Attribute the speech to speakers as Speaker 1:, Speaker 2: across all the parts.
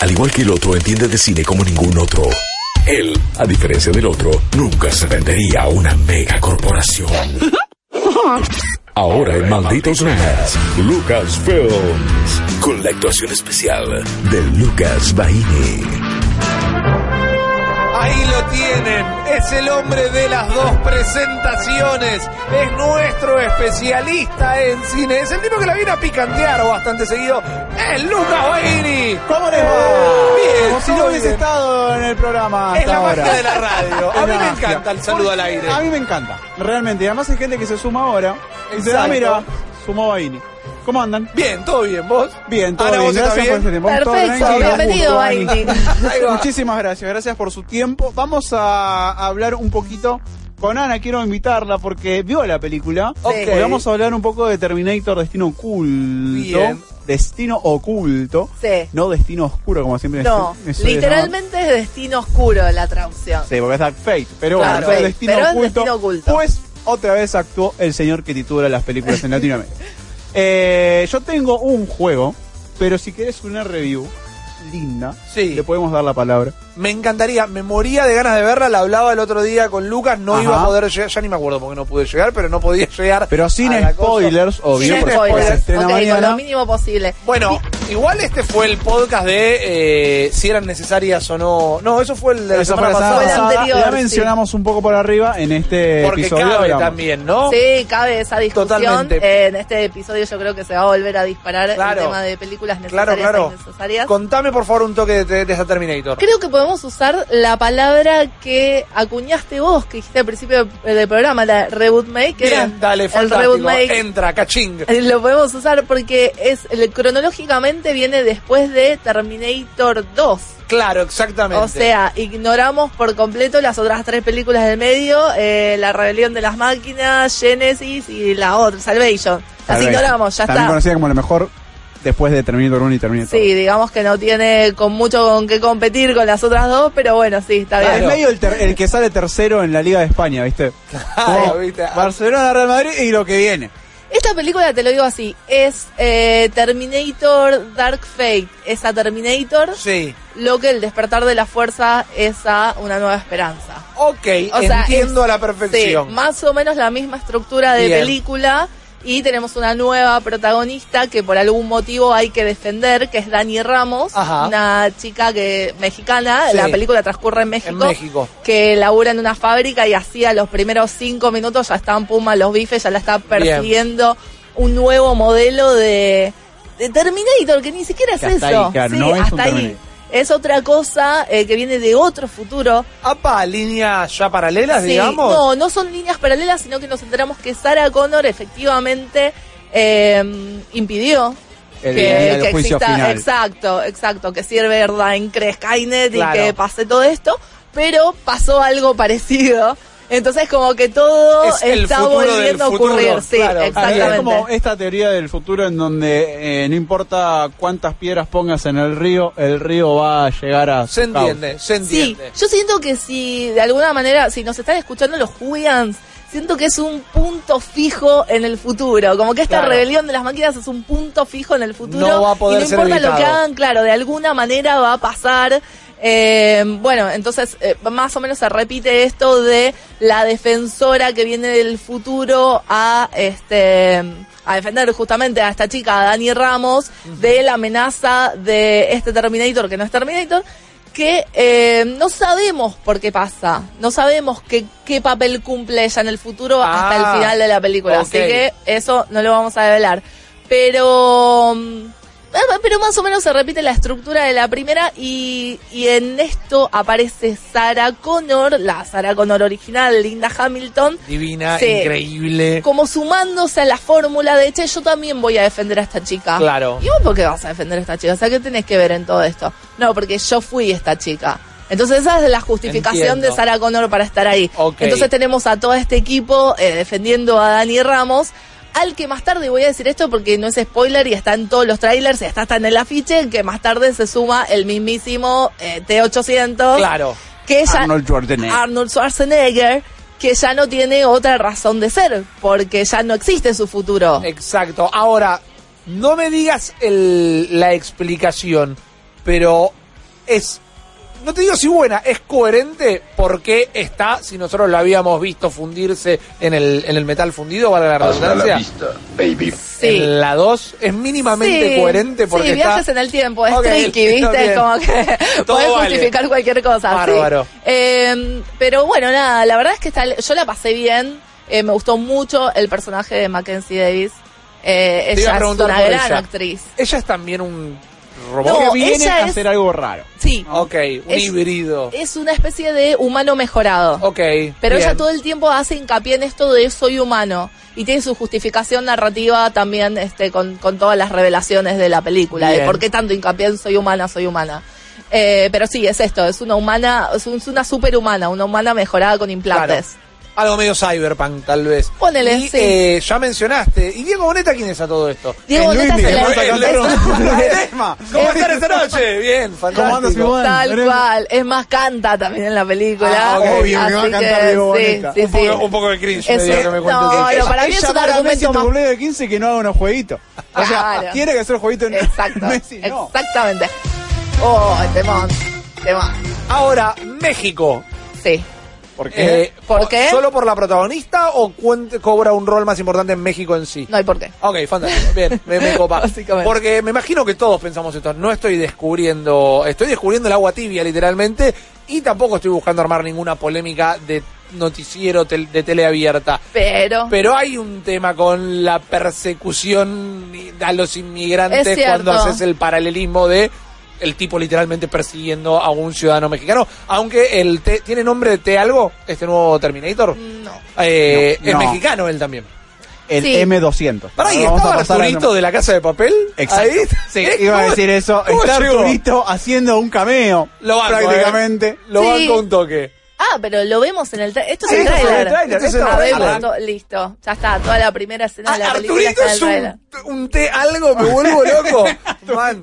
Speaker 1: al igual que el otro, entiende de cine como ningún otro. Él, a diferencia del otro, nunca se vendería a una mega corporación. Ahora en Malditos Nenas, Lucas Films, con la actuación especial de Lucas Baini.
Speaker 2: Ahí lo tienen, es el hombre de las dos presentaciones, es nuestro especialista en cine, es el tipo que la viene a picantear bastante seguido, es Lucas Baini.
Speaker 3: ¿Cómo les va?
Speaker 2: Bien,
Speaker 3: Como si
Speaker 2: todo
Speaker 3: no hubiese
Speaker 2: bien.
Speaker 3: estado en el programa hasta
Speaker 2: Es la
Speaker 3: ahora.
Speaker 2: magia de la radio. A
Speaker 3: Es
Speaker 2: mí
Speaker 3: la
Speaker 2: me
Speaker 3: magia.
Speaker 2: encanta el saludo
Speaker 3: Porque
Speaker 2: al aire.
Speaker 3: A mí me encanta, realmente. Y además hay gente que se suma ahora. Y se
Speaker 2: Exacto.
Speaker 3: da, mira, sumó Baini. ¿Cómo andan?
Speaker 2: Bien, todo bien, vos.
Speaker 3: Bien, todo
Speaker 2: Ana,
Speaker 3: bien.
Speaker 2: ¿vos estás
Speaker 3: Gracias por este tiempo. Todo
Speaker 4: Perfecto,
Speaker 3: tranquilo.
Speaker 4: bienvenido,
Speaker 3: Justo, Ani.
Speaker 4: Baini.
Speaker 2: Ahí va.
Speaker 3: Muchísimas gracias, gracias por su tiempo. Vamos a hablar un poquito con Ana, quiero invitarla porque vio la película.
Speaker 2: Ok.
Speaker 3: Y vamos a hablar un poco de Terminator Destino Oculto.
Speaker 2: Bien.
Speaker 3: Destino Oculto.
Speaker 4: Sí.
Speaker 3: No Destino Oscuro, como siempre
Speaker 4: No,
Speaker 3: me suele llamar.
Speaker 4: literalmente es destino oscuro la traducción.
Speaker 3: Sí, porque es Dark Fate, pero bueno,
Speaker 4: Claro, Fate,
Speaker 3: es Destino,
Speaker 4: pero es
Speaker 3: oculto,
Speaker 4: Destino Oculto.
Speaker 3: Pues otra vez actuó el señor que titula las películas en Latinoamérica. Eh, yo tengo un juego, pero si querés una review linda,
Speaker 2: Sí.
Speaker 3: le podemos dar la palabra.
Speaker 2: Me encantaría, me moría de ganas de verla, la hablaba el otro día con Lucas, no
Speaker 3: Ajá.
Speaker 2: iba a poder llegar, ya ni me acuerdo porque no pude llegar, pero no podía llegar.
Speaker 3: Pero sin
Speaker 2: a la cosa.
Speaker 3: spoilers, obvio,
Speaker 2: Sin
Speaker 3: porque
Speaker 2: spoilers.
Speaker 3: se estrena
Speaker 4: Ok, con
Speaker 3: mañana.
Speaker 4: lo mínimo posible.
Speaker 2: Bueno, igual este fue el podcast de eh, si eran necesarias o no. No, eso fue el de la
Speaker 3: Eso fue
Speaker 2: semana
Speaker 3: la semana
Speaker 2: pasada.
Speaker 4: Fue el
Speaker 3: pasada,
Speaker 4: anterior,
Speaker 3: la
Speaker 4: sí.
Speaker 3: mencionamos un poco por arriba en este
Speaker 2: Porque
Speaker 3: episodio.
Speaker 2: cabe
Speaker 3: hablamos.
Speaker 2: también, ¿no?
Speaker 4: Sí, cabe esa discusión.
Speaker 2: Totalmente.
Speaker 4: En este episodio yo creo que se va a volver a disparar
Speaker 2: Claro.
Speaker 4: el tema de películas
Speaker 2: Claro,
Speaker 4: necesarias
Speaker 2: claro.
Speaker 4: e innecesarias.
Speaker 2: Contame por favor un toque de, de, de esa Terminator.
Speaker 4: Creo que podemos usar la palabra que acuñaste vos, que dijiste al principio del del programa, la reboot make. que era
Speaker 2: Bien, dale,
Speaker 4: el reboot
Speaker 2: fantástico.
Speaker 4: make.
Speaker 2: Entra, caching.
Speaker 4: Eh, Lo podemos usar porque es el- cronológicamente viene después de Terminator 2.
Speaker 2: Claro, exactamente.
Speaker 4: O sea, ignoramos por completo las otras tres películas del medio, eh, La Rebelión de las Máquinas, Genesis y la otra, Salvation. Las
Speaker 3: Tal vez.
Speaker 4: ignoramos, ya
Speaker 3: También
Speaker 4: está.
Speaker 3: conocida como la mejor después de Terminator 1 y Terminator
Speaker 4: Sí, digamos que no tiene con mucho con qué competir con las otras dos, pero bueno, sí, está
Speaker 3: Es
Speaker 4: bien.
Speaker 3: medio el, ter- el que sale tercero en la Liga de España, ¿viste?
Speaker 2: Claro,
Speaker 3: Como
Speaker 2: ¿viste?
Speaker 3: Barcelona, Real Madrid y lo que viene.
Speaker 4: Esta película, te lo digo así, es eh, Terminator Dark Fate, esa Terminator,
Speaker 2: Sí.
Speaker 4: lo que el despertar de la fuerza es a una nueva esperanza.
Speaker 2: Ok,
Speaker 4: O sea,
Speaker 2: entiendo
Speaker 4: es-
Speaker 2: a la
Speaker 4: sí,
Speaker 2: perfección.
Speaker 4: más o menos la misma estructura de
Speaker 2: Bien.
Speaker 4: película y tenemos una nueva protagonista que por algún motivo hay que defender, que es Dani Ramos,
Speaker 2: Ajá.
Speaker 4: una chica que mexicana,
Speaker 2: Sí.
Speaker 4: la película transcurre en México,
Speaker 2: en México.
Speaker 4: que labura en una fábrica y hacía los primeros cinco minutos ya estaban puma los bifes, ya la está persiguiendo un nuevo modelo de, de Terminator, que ni siquiera es
Speaker 3: Que hasta
Speaker 4: eso.
Speaker 3: ahí, claro,
Speaker 4: Sí,
Speaker 3: no es un
Speaker 4: hasta ahí.
Speaker 3: Terminator.
Speaker 4: Es otra cosa eh, que viene de otro futuro,
Speaker 2: Apa, líneas ya paralelas,
Speaker 4: Sí,
Speaker 2: digamos.
Speaker 4: No, no son líneas paralelas, sino que nos enteramos que Sarah Connor efectivamente eh, impidió
Speaker 3: El,
Speaker 4: que,
Speaker 3: día del
Speaker 4: que
Speaker 3: juicio
Speaker 4: exista.
Speaker 3: final.
Speaker 4: Exacto, exacto, que sirve en Skynet
Speaker 2: Claro.
Speaker 4: y que pase todo esto, pero pasó algo parecido. Entonces, como que todo
Speaker 2: Es el
Speaker 4: está
Speaker 2: futuro del
Speaker 4: volviendo a
Speaker 2: futuro,
Speaker 4: ocurrir. sí,
Speaker 2: claro.
Speaker 3: Ah,
Speaker 4: exactamente.
Speaker 3: Es como esta teoría del futuro en donde eh, no importa cuántas piedras pongas en el río, el río va a llegar a su
Speaker 2: Se entiende, se
Speaker 4: Sí,
Speaker 2: entiende.
Speaker 4: yo siento que si de alguna manera, si nos están escuchando los Julians, siento que es un punto fijo en el futuro. Como que esta
Speaker 2: Claro.
Speaker 4: rebelión de las máquinas es un punto fijo en el futuro.
Speaker 2: No va a poder
Speaker 4: y no
Speaker 2: ser
Speaker 4: importa
Speaker 2: evitado.
Speaker 4: lo que hagan, claro, de alguna manera va a pasar. Eh, bueno, entonces eh, más o menos se repite esto de la defensora que viene del futuro a este a defender justamente a esta chica, a Dani Ramos, de la amenaza de este Terminator que no es Terminator, que eh, no sabemos por qué pasa, no sabemos qué, qué papel cumple ella en el futuro
Speaker 2: Ah,
Speaker 4: hasta el final de la película,
Speaker 2: ok.
Speaker 4: así que eso no lo vamos a develar. Pero mm, eh, pero más o menos se repite la estructura de la primera y, y en esto aparece Sarah Connor, la Sarah Connor original, Linda Hamilton,
Speaker 2: Divina,
Speaker 4: Sí.
Speaker 2: increíble.
Speaker 4: como sumándose a la fórmula de, che, yo también voy a defender a esta chica.
Speaker 2: Claro.
Speaker 4: ¿Y vos por qué vas a defender a esta chica? O sea, ¿qué tenés que ver en todo esto? No, porque yo fui esta chica. Entonces esa es la justificación
Speaker 2: Entiendo.
Speaker 4: de Sarah Connor para estar ahí.
Speaker 2: Ok.
Speaker 4: Entonces tenemos a todo este equipo eh, defendiendo a Dani Ramos, al que más tarde voy a decir esto porque no es spoiler y está en todos los trailers, y está hasta en el afiche, que más tarde se suma el mismísimo eh, T800,
Speaker 2: Claro.
Speaker 4: que ya
Speaker 3: Arnold Schwarzenegger.
Speaker 4: Arnold Schwarzenegger, que ya no tiene otra razón de ser, porque ya no existe su futuro.
Speaker 2: Exacto. Ahora, no me digas el- la explicación, pero es, no te digo si buena, es coherente porque está, si nosotros lo habíamos visto fundirse en el, en el metal fundido, valga la
Speaker 5: Hasta la
Speaker 2: redundancia.
Speaker 5: vista, baby.
Speaker 4: Sí.
Speaker 2: En la 2 es mínimamente
Speaker 4: Sí.
Speaker 2: coherente porque
Speaker 4: Sí,
Speaker 2: está...
Speaker 4: viajes en el tiempo, es
Speaker 2: Ok,
Speaker 4: tricky, ¿viste?
Speaker 2: está
Speaker 4: Es
Speaker 2: bien.
Speaker 4: como que
Speaker 2: Todo
Speaker 4: podés
Speaker 2: vale.
Speaker 4: justificar cualquier cosa.
Speaker 2: Bárbaro.
Speaker 4: sí. Eh, pero bueno, nada, la verdad es que está, yo la pasé bien, eh, me gustó mucho el personaje de Mackenzie Davis. Eh,
Speaker 2: Te iba a
Speaker 4: ella es
Speaker 2: preguntar
Speaker 4: una
Speaker 2: por
Speaker 4: gran
Speaker 2: ella.
Speaker 4: actriz.
Speaker 2: Ella es también un
Speaker 3: Porque
Speaker 2: robot.
Speaker 4: No,
Speaker 3: viene
Speaker 4: ella
Speaker 3: a
Speaker 4: es-
Speaker 3: hacer algo raro.
Speaker 4: Sí,
Speaker 2: ok, un
Speaker 4: es-
Speaker 2: híbrido.
Speaker 4: es una especie de humano mejorado.
Speaker 2: ok. bien.
Speaker 4: Pero ella todo el tiempo hace hincapié en esto de soy humano y tiene su justificación narrativa también este, con, con todas las revelaciones de la película, de
Speaker 2: Bien.
Speaker 4: por qué tanto hincapié en soy humana, soy humana. Eh, pero sí, es esto, es una humana, es un- es una superhumana, una humana mejorada con implantes.
Speaker 2: Algo medio cyberpunk, tal vez.
Speaker 4: Ponele,
Speaker 2: y,
Speaker 4: sí.
Speaker 2: eh, ya mencionaste. ¿Y Diego Boneta quién es a todo esto?
Speaker 4: Diego
Speaker 3: Es
Speaker 4: Boneta
Speaker 3: Luismi,
Speaker 4: se
Speaker 3: que
Speaker 4: la-
Speaker 3: vamos a
Speaker 4: es-
Speaker 3: cantar un-
Speaker 4: es-
Speaker 3: un tema.
Speaker 2: ¿Cómo están esta noche? Bien, fantástico.
Speaker 3: ¿Cómo andas, Iván?
Speaker 4: Tal
Speaker 3: Eres-
Speaker 4: cual, es más, canta también en la película.
Speaker 3: Ah, obvio,
Speaker 4: Así
Speaker 3: me va a cantar
Speaker 4: que,
Speaker 3: Diego
Speaker 4: sí,
Speaker 3: Boneta.
Speaker 4: sí,
Speaker 2: un, poco,
Speaker 4: sí.
Speaker 2: un poco de cringe.
Speaker 4: Es-
Speaker 2: me dio que me cuentes
Speaker 4: no,
Speaker 2: eso.
Speaker 4: Pero para mí es
Speaker 3: Ella
Speaker 4: un
Speaker 3: va a Messi
Speaker 4: argumento
Speaker 3: en tu
Speaker 4: más-
Speaker 3: cumpleaños de 15 que no haga unos jueguitos. O sea,
Speaker 4: Claro.
Speaker 3: tiene que hacer jueguitos
Speaker 4: Eh.
Speaker 3: en
Speaker 4: Exacto,
Speaker 3: Messi, no.
Speaker 4: exactamente. Oh, temón, temón.
Speaker 2: Ahora, México.
Speaker 4: Sí.
Speaker 3: Porque
Speaker 2: Eh,
Speaker 4: ¿Por qué?
Speaker 2: ¿Solo por la protagonista o cuente- cobra un rol más importante en México en sí?
Speaker 4: No hay por qué.
Speaker 2: Ok, fantástico. Bien, me, me copa.
Speaker 4: Básicamente.
Speaker 2: Porque me imagino que todos pensamos esto. No estoy descubriendo, estoy descubriendo el agua tibia literalmente y tampoco estoy buscando armar ninguna polémica de noticiero tel- de tele abierta.
Speaker 4: Pero,
Speaker 2: Pero hay un tema con la persecución a los
Speaker 4: Es
Speaker 2: inmigrantes
Speaker 4: cierto.
Speaker 2: cuando haces el paralelismo de el tipo literalmente persiguiendo a un ciudadano mexicano. Aunque el T- tiene nombre de T algo, este nuevo Terminator.
Speaker 4: no.
Speaker 2: Eh,
Speaker 3: No, no.
Speaker 2: Es mexicano él también.
Speaker 3: el
Speaker 4: sí.
Speaker 3: M200.
Speaker 2: Pará, ¿y
Speaker 3: Ahora vamos
Speaker 2: estaba
Speaker 3: a pasar a-
Speaker 2: Arturito de la Casa de Papel?
Speaker 3: Exacto.
Speaker 2: Ahí.
Speaker 3: Sí,
Speaker 2: ¿Eh?
Speaker 3: iba a
Speaker 2: ¿Cómo-
Speaker 3: decir eso.
Speaker 2: cómo
Speaker 3: Está
Speaker 2: llegó?
Speaker 3: Arturito haciendo un cameo.
Speaker 2: Lo banco,
Speaker 3: prácticamente.
Speaker 2: eh. Lo
Speaker 4: Sí.
Speaker 2: banco un toque.
Speaker 4: Ah, pero lo vemos en el tra- Esto es
Speaker 3: Sí,
Speaker 4: el
Speaker 3: esto es el
Speaker 4: trailer.
Speaker 3: tráiler,
Speaker 2: esto es el tráiler.
Speaker 4: Listo, ya está. Toda la primera escena de la
Speaker 2: Ah,
Speaker 4: película
Speaker 2: Arturito
Speaker 4: está en el
Speaker 2: es
Speaker 4: tráiler.
Speaker 2: un, un té algo, me vuelvo loco. Man.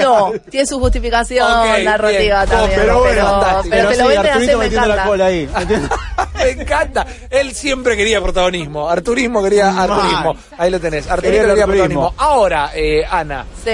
Speaker 4: No, tiene su justificación
Speaker 2: Ok, bien.
Speaker 4: narrativa
Speaker 2: Oh,
Speaker 4: también.
Speaker 2: pero
Speaker 4: Pero,
Speaker 2: bueno, fantástico.
Speaker 4: pero te
Speaker 3: sí,
Speaker 4: lo venden así,
Speaker 3: Arturito
Speaker 4: me
Speaker 3: metiendo la
Speaker 4: encanta.
Speaker 3: cola ahí. ¿entiendes?
Speaker 2: Me encanta. Él siempre quería protagonismo. Arturismo quería
Speaker 3: Man.
Speaker 2: arturismo. Ahí lo tenés. Arturito
Speaker 3: Quería el
Speaker 2: quería,
Speaker 3: arturismo.
Speaker 2: protagonismo. Ahora, eh, Ana,
Speaker 4: Sí.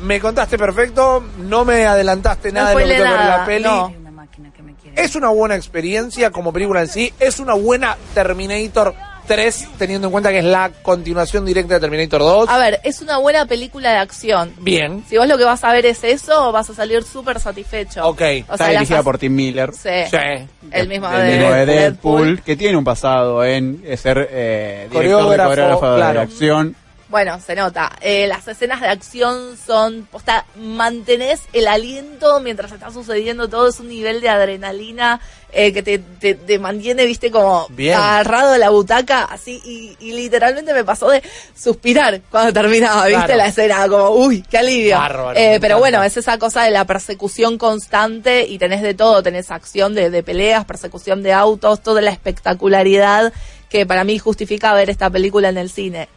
Speaker 2: me contaste perfecto, no me adelantaste nada de lo que
Speaker 4: spoilé
Speaker 2: tengo que ver
Speaker 4: nada,
Speaker 2: la peli.
Speaker 4: no.
Speaker 6: Una máquina que me quiere.
Speaker 2: Es una buena experiencia como película en sí. Es una buena Terminator 3, teniendo en cuenta que es la continuación directa de Terminator 2.
Speaker 4: A ver, es una buena película de acción.
Speaker 2: Bien.
Speaker 4: Si vos lo que vas a ver es eso, vas a salir súper satisfecho.
Speaker 2: Ok.
Speaker 4: O
Speaker 3: Está
Speaker 4: sea, las
Speaker 3: dirigida
Speaker 4: as-
Speaker 3: por Tim Miller.
Speaker 4: Sí.
Speaker 2: Sí.
Speaker 4: El mismo
Speaker 3: del
Speaker 4: de,
Speaker 3: mismo de Deadpool,
Speaker 4: Deadpool.
Speaker 3: que tiene un pasado en eh, ser eh, director
Speaker 2: Coreógrafo,
Speaker 3: de coreógrafo de
Speaker 2: claro.
Speaker 3: acción.
Speaker 4: Bueno, se nota. Eh, las escenas de acción son. Posta, mantenés el aliento mientras está sucediendo todo. Es un nivel de adrenalina eh, que te, te- te mantiene, viste, como
Speaker 2: Bien.
Speaker 4: agarrado a la butaca, así. Y, y literalmente me pasó de suspirar cuando terminaba, viste,
Speaker 2: Claro.
Speaker 4: la escena. Como, uy, qué alivio.
Speaker 2: Bárbaro,
Speaker 4: Eh,
Speaker 2: me
Speaker 4: pero
Speaker 2: encanta.
Speaker 4: bueno, es esa cosa de la persecución constante y tenés de todo. Tenés acción de, de peleas, persecución de autos, toda la espectacularidad que para mí justifica ver esta película en el cine.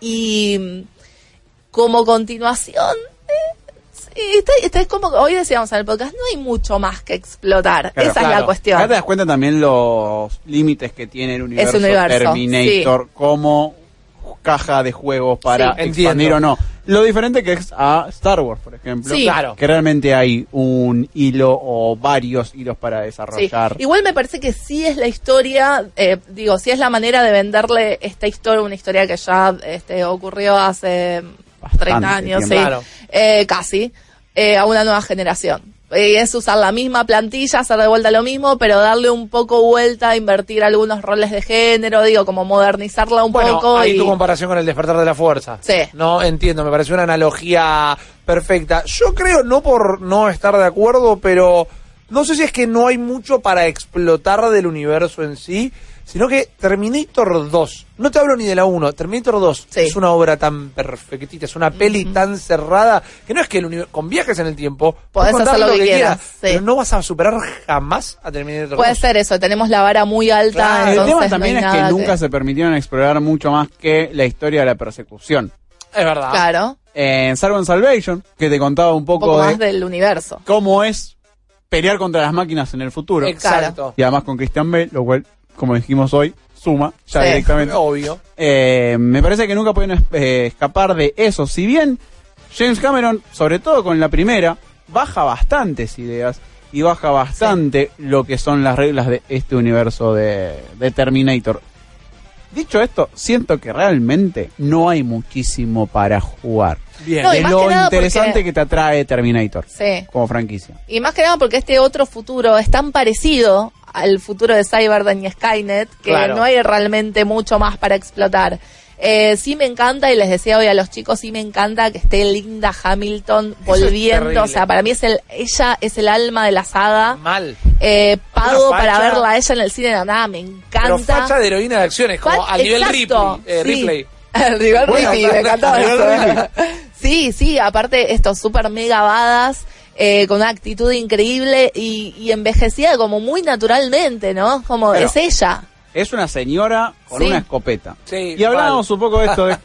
Speaker 4: Y mm, como continuación, eh, sí, está, está- es como que hoy decíamos en el podcast, no hay mucho más que explotar.
Speaker 3: Claro,
Speaker 4: Esa es la
Speaker 2: claro.
Speaker 3: Acá te
Speaker 4: cuestión.
Speaker 3: das cuenta también los límites que tiene el universo,
Speaker 4: un universo,
Speaker 3: Terminator como caja de juegos para
Speaker 2: Sí.
Speaker 3: expandir
Speaker 2: Entiendo.
Speaker 3: o no. Lo diferente que es a Star Wars, por ejemplo,
Speaker 4: Sí.
Speaker 2: Claro.
Speaker 3: que realmente hay un hilo o varios hilos para
Speaker 4: Sí.
Speaker 3: desarrollar.
Speaker 4: Igual me parece que sí es la historia, eh, digo, sí es la manera de venderle esta historia, una historia que ya este, ocurrió hace
Speaker 3: Bastante
Speaker 4: 30 años,
Speaker 3: tiempo.
Speaker 4: sí,
Speaker 2: Claro.
Speaker 4: Eh, casi, eh, a una nueva generación. Eh, es usar la misma plantilla, hacer de vuelta lo mismo, pero darle un poco vuelta, invertir algunos roles de género, digo, como modernizarla un
Speaker 2: Bueno,
Speaker 4: poco.
Speaker 2: ahí
Speaker 4: y...
Speaker 2: tu comparación con el despertar de la fuerza.
Speaker 4: Sí.
Speaker 2: No entiendo, me pareció una analogía perfecta. Yo creo, no por no estar de acuerdo, pero no sé si es que no hay mucho para explotar del universo en sí, sino que Terminator 2, no te hablo ni de la 1, Terminator 2
Speaker 4: Sí.
Speaker 2: es una obra tan perfectita, es una peli tan cerrada, que no es que el universo, con viajes en el tiempo,
Speaker 4: Podés
Speaker 2: contar
Speaker 4: hacer lo que quieras, sí.
Speaker 2: pero no vas a superar jamás a Terminator 2.
Speaker 4: Puede ser eso, tenemos la vara muy alta.
Speaker 2: Claro.
Speaker 4: entonces
Speaker 3: el tema
Speaker 4: no
Speaker 3: también
Speaker 4: hay
Speaker 3: es que
Speaker 4: nada
Speaker 3: nunca se permitieron explorar mucho más que la historia de la persecución.
Speaker 2: Es verdad.
Speaker 4: Claro,
Speaker 3: En Star Wars Salvation, que te contaba un
Speaker 4: un
Speaker 3: poco,
Speaker 4: poco
Speaker 3: de
Speaker 4: más del universo.
Speaker 3: cómo es pelear contra las máquinas en el futuro.
Speaker 2: Exacto.
Speaker 3: Y además con Christian Bale, lo cual, como dijimos hoy, suma ya
Speaker 4: Sí.
Speaker 3: directamente.
Speaker 2: Obvio.
Speaker 3: Eh, me parece que nunca pueden es- eh, escapar de eso. Si bien James Cameron, sobre todo con la primera, baja bastantes ideas y baja bastante lo que son las reglas de este universo de, de Terminator. Dicho esto, siento que realmente no hay muchísimo para jugar.
Speaker 2: Bien.
Speaker 4: No, y
Speaker 3: de
Speaker 4: más
Speaker 3: lo
Speaker 4: que nada
Speaker 3: interesante
Speaker 4: porque-
Speaker 3: que te atrae Terminator
Speaker 4: Sí.
Speaker 3: como franquicia.
Speaker 4: Y más que nada porque este otro futuro es tan parecido al futuro de Cyberdyne y Skynet que
Speaker 2: Claro.
Speaker 4: no hay realmente mucho más para explotar. Eh, sí me encanta, y les decía hoy a los chicos, sí me encanta que esté Linda Hamilton
Speaker 2: es terrible.
Speaker 4: volviendo. O sea, para mí es el, ella es el alma de la saga.
Speaker 2: Mal.
Speaker 4: Eh, pago
Speaker 2: Una facha-
Speaker 4: para verla a ella en el cine, nada, nada, me
Speaker 2: Pero
Speaker 4: encanta.
Speaker 2: facha de heroína de acciones, como
Speaker 4: Facha-
Speaker 2: a nivel
Speaker 4: exacto,
Speaker 2: Ripley. eh,
Speaker 4: sí.
Speaker 2: Ripley.
Speaker 4: Al rival
Speaker 2: Bueno,
Speaker 4: Ripley,
Speaker 2: al-
Speaker 4: me encantaba
Speaker 2: al rival
Speaker 4: eso. ¿eh? Sí, sí, aparte estos super mega badas, eh, con una actitud increíble y, y envejecida como muy naturalmente, ¿no? Como
Speaker 3: Pero-
Speaker 4: es ella.
Speaker 3: Es una señora con
Speaker 4: Sí.
Speaker 3: una escopeta.
Speaker 2: Sí,
Speaker 3: y hablábamos un poco de esto de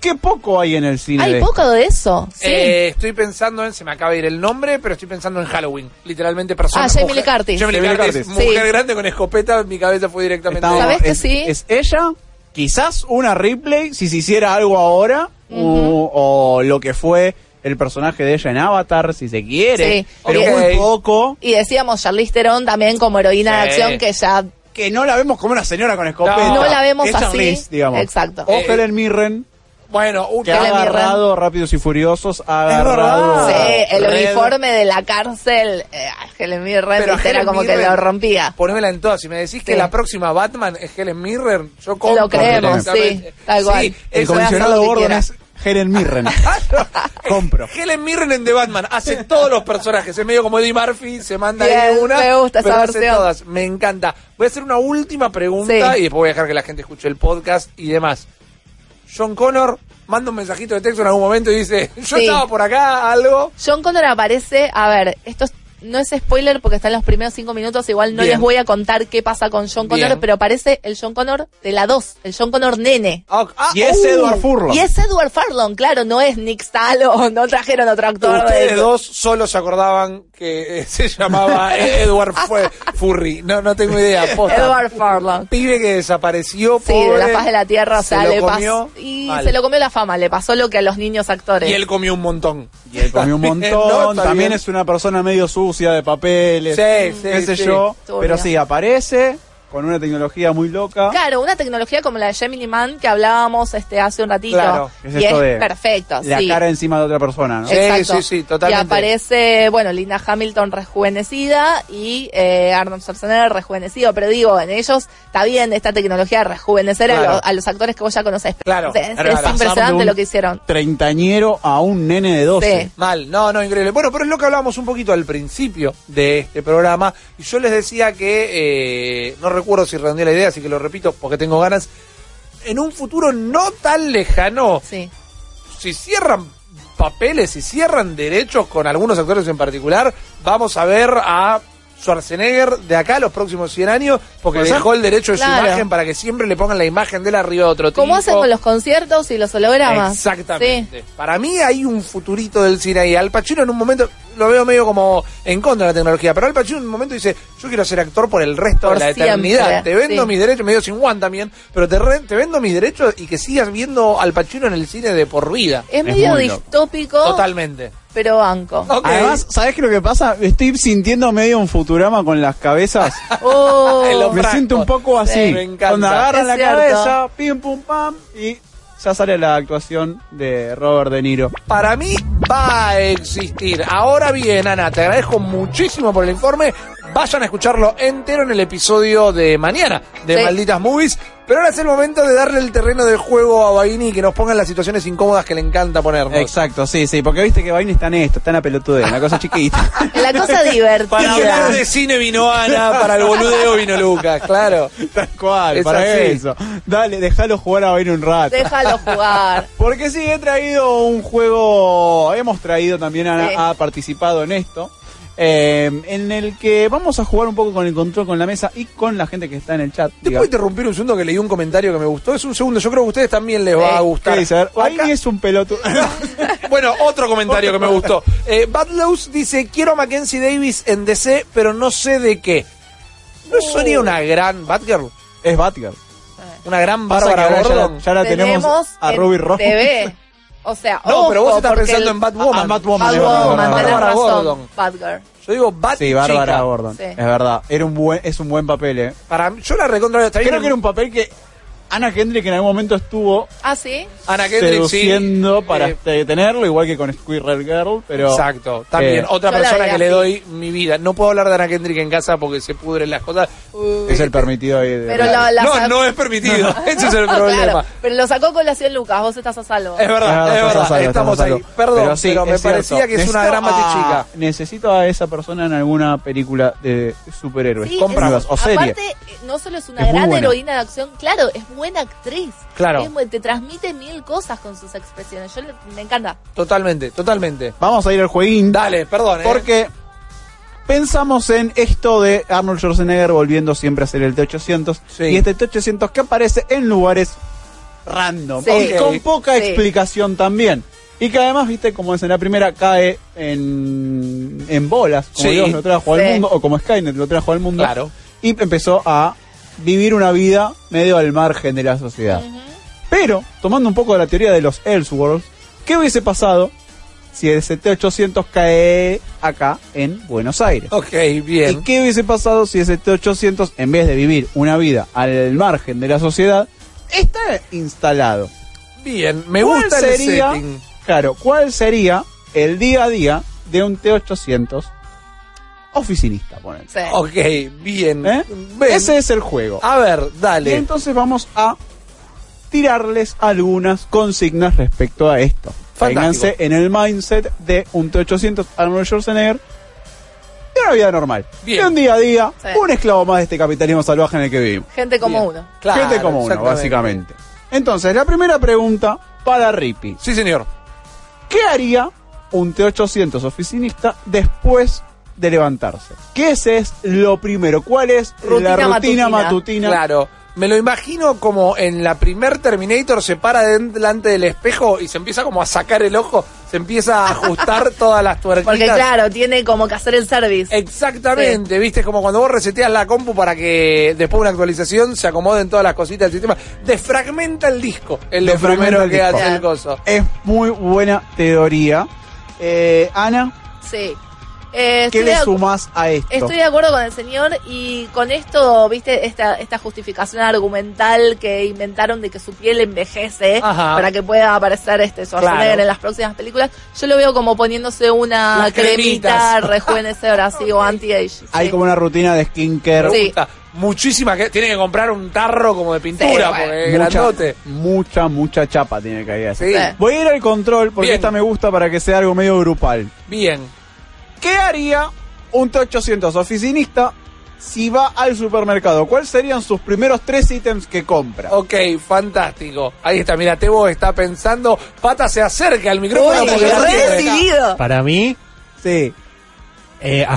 Speaker 3: qué poco hay en el cine.
Speaker 4: Hay
Speaker 3: de
Speaker 4: poco de eso, sí.
Speaker 2: Eh, estoy pensando en, se me acaba de ir el nombre, pero estoy pensando en Halloween. Literalmente persona.
Speaker 4: Ah, Jamie
Speaker 2: mujer-
Speaker 4: Lee Curtis.
Speaker 2: Jamie Lee
Speaker 3: Jamie Lee
Speaker 2: Curtis,
Speaker 4: Curtis.
Speaker 2: mujer
Speaker 4: Sí.
Speaker 2: grande con escopeta, en mi cabeza fue
Speaker 3: esto.
Speaker 2: directamente.
Speaker 3: Estamos-
Speaker 4: ¿Sabés que
Speaker 3: es,
Speaker 4: sí?
Speaker 3: Es ella, quizás una Ripley, si se hiciera algo ahora, u- o lo que fue el personaje de ella en Avatar, si se quiere.
Speaker 4: Sí.
Speaker 3: Pero
Speaker 2: Ok.
Speaker 3: muy poco.
Speaker 4: Y decíamos Charlize Theron también como heroína de
Speaker 2: Sí.
Speaker 4: acción que ya
Speaker 3: Que no la vemos como una señora con escopeta.
Speaker 4: no la vemos
Speaker 3: Es
Speaker 4: así.
Speaker 3: Charlize, digamos.
Speaker 4: Exacto.
Speaker 3: O
Speaker 2: Eh,
Speaker 3: Helen Mirren,
Speaker 2: Bueno, un
Speaker 3: que
Speaker 4: Helen
Speaker 3: ha
Speaker 4: Mirren.
Speaker 3: agarrado Rápidos y Furiosos, ha
Speaker 2: Es
Speaker 3: agarrado...
Speaker 2: verdad.
Speaker 4: Sí, el
Speaker 2: Red.
Speaker 4: uniforme de la cárcel, eh, a Helen Mirren,
Speaker 2: Pero a
Speaker 4: viste, era
Speaker 2: Helen
Speaker 4: como que
Speaker 2: Mirren-
Speaker 4: lo rompía.
Speaker 2: Ponémela en todas. Si me decís que
Speaker 4: Sí.
Speaker 2: la próxima Batman es Helen Mirren, yo compro.
Speaker 4: Lo creemos,
Speaker 2: directamente.
Speaker 4: sí, tal cual.
Speaker 2: Sí,
Speaker 3: El
Speaker 2: eso
Speaker 4: voy a hacer lo
Speaker 3: comisionado
Speaker 4: que
Speaker 3: Gordon
Speaker 4: quiera.
Speaker 3: es Helen Mirren. Compro.
Speaker 2: Helen Mirren en The Batman hace todos los personajes, es medio como Eddie Murphy, se manda
Speaker 4: Bien,
Speaker 2: ahí una,
Speaker 4: me gusta esa
Speaker 2: pero hace
Speaker 4: versión.
Speaker 2: todas, me encanta. Voy a hacer una última pregunta
Speaker 4: Sí.
Speaker 2: y después voy a dejar que la gente escuche el podcast y demás. John Connor manda un mensajito de texto en algún momento y dice, yo
Speaker 4: Sí.
Speaker 2: estaba por acá, algo.
Speaker 4: John Connor aparece, a ver, esto es- no es spoiler porque está en los primeros cinco minutos, igual no
Speaker 2: Bien.
Speaker 4: les voy a contar qué pasa con John Connor,
Speaker 2: Bien.
Speaker 4: pero aparece el John Connor de la 2, el John Connor nene.
Speaker 2: Ah, ah,
Speaker 3: Y es
Speaker 2: uh,
Speaker 3: Edward Furlong.
Speaker 4: Y es Edward Furlong, claro, no es Nick Stalo, no trajeron otro actor. de-
Speaker 2: Ustedes dos solo se acordaban que eh, se llamaba Edward Fue- Furry. No, no tengo idea. posta.
Speaker 4: Edward Furlong.
Speaker 2: Pibe que desapareció.
Speaker 4: Sí,
Speaker 2: pobre,
Speaker 4: de la faz de la tierra, o
Speaker 2: se
Speaker 4: sea,
Speaker 2: lo
Speaker 4: le
Speaker 2: comió
Speaker 4: pasó. Y
Speaker 2: mal.
Speaker 4: se lo comió la fama, le pasó lo que a los niños actores.
Speaker 2: Y él comió un montón.
Speaker 3: Y él Eh, comió un
Speaker 2: También,
Speaker 3: montón.
Speaker 2: ¿no? Está
Speaker 3: También
Speaker 2: bien.
Speaker 3: es una persona medio sucia de papeles.
Speaker 2: Sí, sí,
Speaker 3: qué sé
Speaker 2: sí.
Speaker 3: yo.
Speaker 4: Turbio.
Speaker 3: Pero sí, aparece con una tecnología muy loca.
Speaker 4: Claro, una tecnología como la de Gemini Man que hablábamos este hace un ratito.
Speaker 2: Claro,
Speaker 3: es
Speaker 4: y es
Speaker 3: esto de
Speaker 4: perfecto.
Speaker 3: La
Speaker 4: sí.
Speaker 3: cara encima de otra persona, ¿no?
Speaker 2: Sí, sí,
Speaker 4: Exacto.
Speaker 2: sí, totalmente.
Speaker 4: Y aparece, bueno, Linda Hamilton rejuvenecida y eh, Arnold Schwarzenegger rejuvenecido. Pero digo, en ellos está bien esta tecnología de rejuvenecer a,
Speaker 2: Claro.
Speaker 4: los, a los actores que vos ya conocés.
Speaker 2: Claro,
Speaker 4: Es, es
Speaker 2: claro, claro.
Speaker 3: Pasar de
Speaker 4: impresionante
Speaker 3: un
Speaker 4: lo que hicieron.
Speaker 3: Treintañero a un nene de 12.
Speaker 4: Sí.
Speaker 2: Mal, no, no, increíble. Bueno, pero es lo que hablábamos un poquito al principio de este programa. Y yo les decía que, eh, no recuerdo si redondeé la idea, así que lo repito porque tengo ganas. En un futuro no tan lejano,
Speaker 4: Sí.
Speaker 2: si cierran papeles, si cierran derechos con algunos actores en particular, vamos a ver a Schwarzenegger de acá a los próximos 100 años, porque
Speaker 3: Pues,
Speaker 2: dejó el derecho de su
Speaker 4: claro.
Speaker 2: imagen para que siempre le pongan la imagen de él arriba de otro tipo.
Speaker 4: Como hacen con los conciertos y los hologramas.
Speaker 2: Exactamente.
Speaker 4: Sí.
Speaker 2: Para mí hay un futurito del cine ahí. Al Pacino en un momento lo veo medio como en contra de la tecnología, pero Al Pacino en un momento dice, yo quiero ser actor por el resto
Speaker 4: Por
Speaker 2: de la
Speaker 4: siempre,
Speaker 2: eternidad. Te vendo
Speaker 4: sí.
Speaker 2: mis derechos, medio sin Juan también, pero te, re- te vendo mis derechos y que sigas viendo Al Pacino en el cine de por vida.
Speaker 4: Es
Speaker 3: Es
Speaker 4: medio
Speaker 3: muy loco.
Speaker 4: distópico,
Speaker 2: Totalmente.
Speaker 4: pero banco.
Speaker 2: Ok.
Speaker 3: Además, ¿sabes qué lo que pasa? Estoy sintiendo medio un Futurama con las cabezas.
Speaker 4: Oh.
Speaker 2: El hombre-
Speaker 3: Me
Speaker 2: Franco.
Speaker 3: siento un poco así.
Speaker 2: Sí, me encanta.
Speaker 3: Cuando
Speaker 4: Es
Speaker 3: agarran la
Speaker 4: cierto.
Speaker 3: cabeza, pim pum pam, y ya sale la actuación de Robert De Niro.
Speaker 2: para mí va a existir. Ahora bien, Ana, te agradezco muchísimo por el informe. Vayan a escucharlo entero en el episodio de mañana de
Speaker 4: Sí.
Speaker 2: Malditas Movies. Pero ahora es el momento de darle el terreno de juego a Baini y que nos pongan las situaciones incómodas que le encanta ponernos.
Speaker 3: Exacto, sí, sí, porque viste que Bain está en esto, está en la pelotudez, una cosa chiquita.
Speaker 4: La cosa
Speaker 2: Para hablar
Speaker 4: divertida.
Speaker 2: de cine vino Ana, para el boludeo vino Lucas, claro.
Speaker 3: Tal cual,
Speaker 2: Es
Speaker 3: para
Speaker 2: así.
Speaker 3: eso. Dale, déjalo jugar a Bain un rato.
Speaker 4: Déjalo jugar.
Speaker 3: Porque sí, he traído un juego, hemos traído también, Ana
Speaker 4: Sí.
Speaker 3: ha participado en esto, eh, en el que vamos a jugar un poco con el control con la mesa y con la gente que está en el chat.
Speaker 2: Te
Speaker 3: diga.
Speaker 2: puedo interrumpir un segundo que leí un comentario que me gustó. Es un segundo, yo creo que a ustedes también les va a
Speaker 4: Sí.
Speaker 2: gustar.
Speaker 3: ¿Qué dice? A ver, Baini
Speaker 2: Acá-
Speaker 3: es un pelotudo.
Speaker 2: Bueno, otro comentario que me gustó. Eh, Bad Louse dice, quiero a Mackenzie Davis en DC, pero no sé de qué.
Speaker 3: Uh.
Speaker 2: ¿No sería una gran Batgirl?
Speaker 3: es Batgirl.
Speaker 2: ¿Una gran
Speaker 3: Pasa que
Speaker 2: Bárbara
Speaker 3: ahora ya,
Speaker 2: Gordon?
Speaker 3: la- ya la tenemos, a
Speaker 4: en
Speaker 3: Ruby Rojo.
Speaker 4: TV. O sea,
Speaker 2: No,
Speaker 4: ojo,
Speaker 2: pero vos estás
Speaker 4: porque
Speaker 2: pensando
Speaker 4: el-
Speaker 2: en Batwoman.
Speaker 5: Ah, Batwoman,
Speaker 4: Bad
Speaker 5: es verdad,
Speaker 4: Woman,
Speaker 5: verdad.
Speaker 4: tenés
Speaker 2: Bárbara
Speaker 4: razón,
Speaker 2: Gordon.
Speaker 4: Bad Girl.
Speaker 2: Yo digo Bat
Speaker 3: Sí, Bárbara
Speaker 2: chica.
Speaker 3: Gordon.
Speaker 4: Sí.
Speaker 3: Es verdad. Era un buen, es un buen papel, eh.
Speaker 2: Para mí- yo la recontra está bien
Speaker 3: Creo
Speaker 2: en-
Speaker 3: que era un papel que Ana Kendrick en algún momento estuvo
Speaker 4: Ah, sí.
Speaker 2: Ana Kendrick, sí.
Speaker 3: seduciendo para
Speaker 2: Eh,
Speaker 3: te- tenerlo, igual que con Squirrel Girl, pero...
Speaker 2: Exacto, también
Speaker 3: Eh,
Speaker 2: otra
Speaker 4: Yo la
Speaker 2: persona
Speaker 4: veía
Speaker 2: que le
Speaker 4: así.
Speaker 2: doy mi vida. No puedo hablar de Ana Kendrick en casa porque se pudren las cosas.
Speaker 4: Uh,
Speaker 3: Es el permitido ahí de- Ah,
Speaker 4: Pero la- la-
Speaker 2: no, no es permitido. Ese es el
Speaker 4: Ah,
Speaker 2: problema.
Speaker 4: claro, pero lo sacó colación Lucas, vos estás a salvo.
Speaker 2: Es
Speaker 3: Ah,
Speaker 2: verdad, es
Speaker 3: estamos
Speaker 2: verdad,
Speaker 3: a
Speaker 2: estamos
Speaker 3: salvo, estamos a
Speaker 2: ahí.
Speaker 3: salvo.
Speaker 2: Perdón, pero,
Speaker 3: sí,
Speaker 2: me
Speaker 3: es cierto. Ah.
Speaker 2: parecía que es una
Speaker 3: Necesito
Speaker 2: gran
Speaker 3: a-
Speaker 2: chica.
Speaker 3: Necesito a esa persona en alguna película de superhéroes.
Speaker 4: Sí,
Speaker 3: Compras
Speaker 4: es-
Speaker 3: o serie.
Speaker 4: Aparte, eh, no solo es una
Speaker 3: Es muy
Speaker 4: gran
Speaker 3: buena.
Speaker 4: heroína de acción, claro, es buena actriz.
Speaker 2: Claro.
Speaker 4: Es bu- te transmite mil cosas con sus expresiones. Yo le- me encanta.
Speaker 2: Totalmente, totalmente.
Speaker 3: Vamos a ir al jueguín.
Speaker 2: Dale, perdón. ¿eh?
Speaker 3: Porque pensamos en esto de Arnold Schwarzenegger volviendo siempre a ser el T-800.
Speaker 2: Sí.
Speaker 3: Y este T-800 que aparece en lugares random.
Speaker 4: Sí.
Speaker 3: Y con poca
Speaker 4: Sí.
Speaker 3: explicación también. Y que además, viste, como es en la primera, cae en, en bolas, como
Speaker 2: Sí.
Speaker 3: Dios lo trajo
Speaker 4: Sí.
Speaker 3: al mundo, o como Skynet lo trajo al mundo.
Speaker 2: Claro.
Speaker 3: Y empezó a vivir una vida medio al margen de la sociedad. Pero, tomando un poco de la teoría de los Elseworlds, ¿qué hubiese pasado si el CT-800 cae acá en Buenos Aires?
Speaker 2: Ok,
Speaker 3: ¿Y
Speaker 2: bien.
Speaker 3: qué hubiese pasado si ese T-800, en vez de vivir una vida al margen de la sociedad, está instalado?
Speaker 2: Bien, me
Speaker 3: ¿Cuál
Speaker 2: gusta el
Speaker 3: sería,
Speaker 2: setting.
Speaker 3: Claro, ¿cuál sería el día a día de un T-800 oficinista, ponele?
Speaker 4: Sí.
Speaker 2: Ok, bien.
Speaker 3: ¿Eh?
Speaker 2: Mm, Ven.
Speaker 3: Ese es el juego.
Speaker 2: A ver,
Speaker 3: Y
Speaker 2: dale.
Speaker 3: entonces vamos a tirarles algunas consignas respecto a esto.
Speaker 2: Fantástico.
Speaker 3: Ténganse en el mindset de un T-800 Arnold Schwarzenegger de una vida normal.
Speaker 2: Bien.
Speaker 3: De un día a día,
Speaker 4: Sí.
Speaker 3: un esclavo más de este capitalismo salvaje en el que vivimos.
Speaker 4: Gente como
Speaker 2: Bien.
Speaker 4: uno.
Speaker 2: Claro,
Speaker 3: Gente como uno,
Speaker 2: exactamente.
Speaker 3: básicamente. Entonces, la primera pregunta para Rippy.
Speaker 2: Sí, señor.
Speaker 3: ¿Qué haría un T-800 oficinista después de levantarse? ¿Qué ese es lo primero? ¿Cuál es
Speaker 4: Rutina
Speaker 3: la rutina
Speaker 4: matutina.
Speaker 3: matutina?
Speaker 2: Claro. Me lo imagino como en la primer Terminator se para de- delante del espejo y se empieza como a sacar el ojo, se empieza a ajustar todas las tuerquitas.
Speaker 4: Porque claro, tiene como que hacer el
Speaker 2: Eh.
Speaker 4: service.
Speaker 2: Exactamente, viste, es como cuando vos reseteas la compu para que después de una actualización se acomoden todas las cositas del sistema. Desfragmenta el disco, el lo
Speaker 3: Desfragmenta
Speaker 2: primero
Speaker 3: el
Speaker 2: que
Speaker 3: disco.
Speaker 2: hace el
Speaker 4: Claro.
Speaker 2: coso.
Speaker 3: Es muy buena teoría. Eh, Ana,
Speaker 4: Sí. Eh,
Speaker 3: ¿qué
Speaker 4: estoy
Speaker 3: le
Speaker 4: de acu-
Speaker 3: sumás a esto?
Speaker 4: Estoy de acuerdo con el señor y con esto, viste, esta, esta justificación argumental que inventaron de que su piel envejece
Speaker 2: Ajá.
Speaker 4: para que pueda aparecer este Schwarzenegger
Speaker 2: Claro.
Speaker 4: en las próximas películas. Yo lo veo como poniéndose una
Speaker 2: Las
Speaker 4: cremita
Speaker 2: cremitas.
Speaker 4: rejuvenecedora, así, o anti-age. sí.
Speaker 3: Hay como una rutina de skincare.
Speaker 4: Sí.
Speaker 2: Puta, Muchísima que tiene que comprar un tarro como de pintura
Speaker 4: Sí, bueno.
Speaker 2: porque es
Speaker 3: Mucha,
Speaker 2: Eh, grandote.
Speaker 3: mucha, mucha chapa tiene que haber.
Speaker 2: Sí,
Speaker 4: Sí.
Speaker 3: Voy a ir al control porque
Speaker 2: Bien.
Speaker 3: esta me gusta para que sea algo medio grupal.
Speaker 2: bien.
Speaker 3: ¿Qué haría un T800 oficinista si va al supermercado? ¿Cuáles serían sus primeros tres ítems que compra?
Speaker 2: Ok, fantástico. Ahí está, mira, Tebo está pensando, Pata se acerca al micrófono
Speaker 4: Uy,
Speaker 2: porque la
Speaker 4: re
Speaker 2: tiene acá.
Speaker 4: decidido.
Speaker 5: Para mí,
Speaker 3: Sí.
Speaker 5: eh,
Speaker 3: Amo que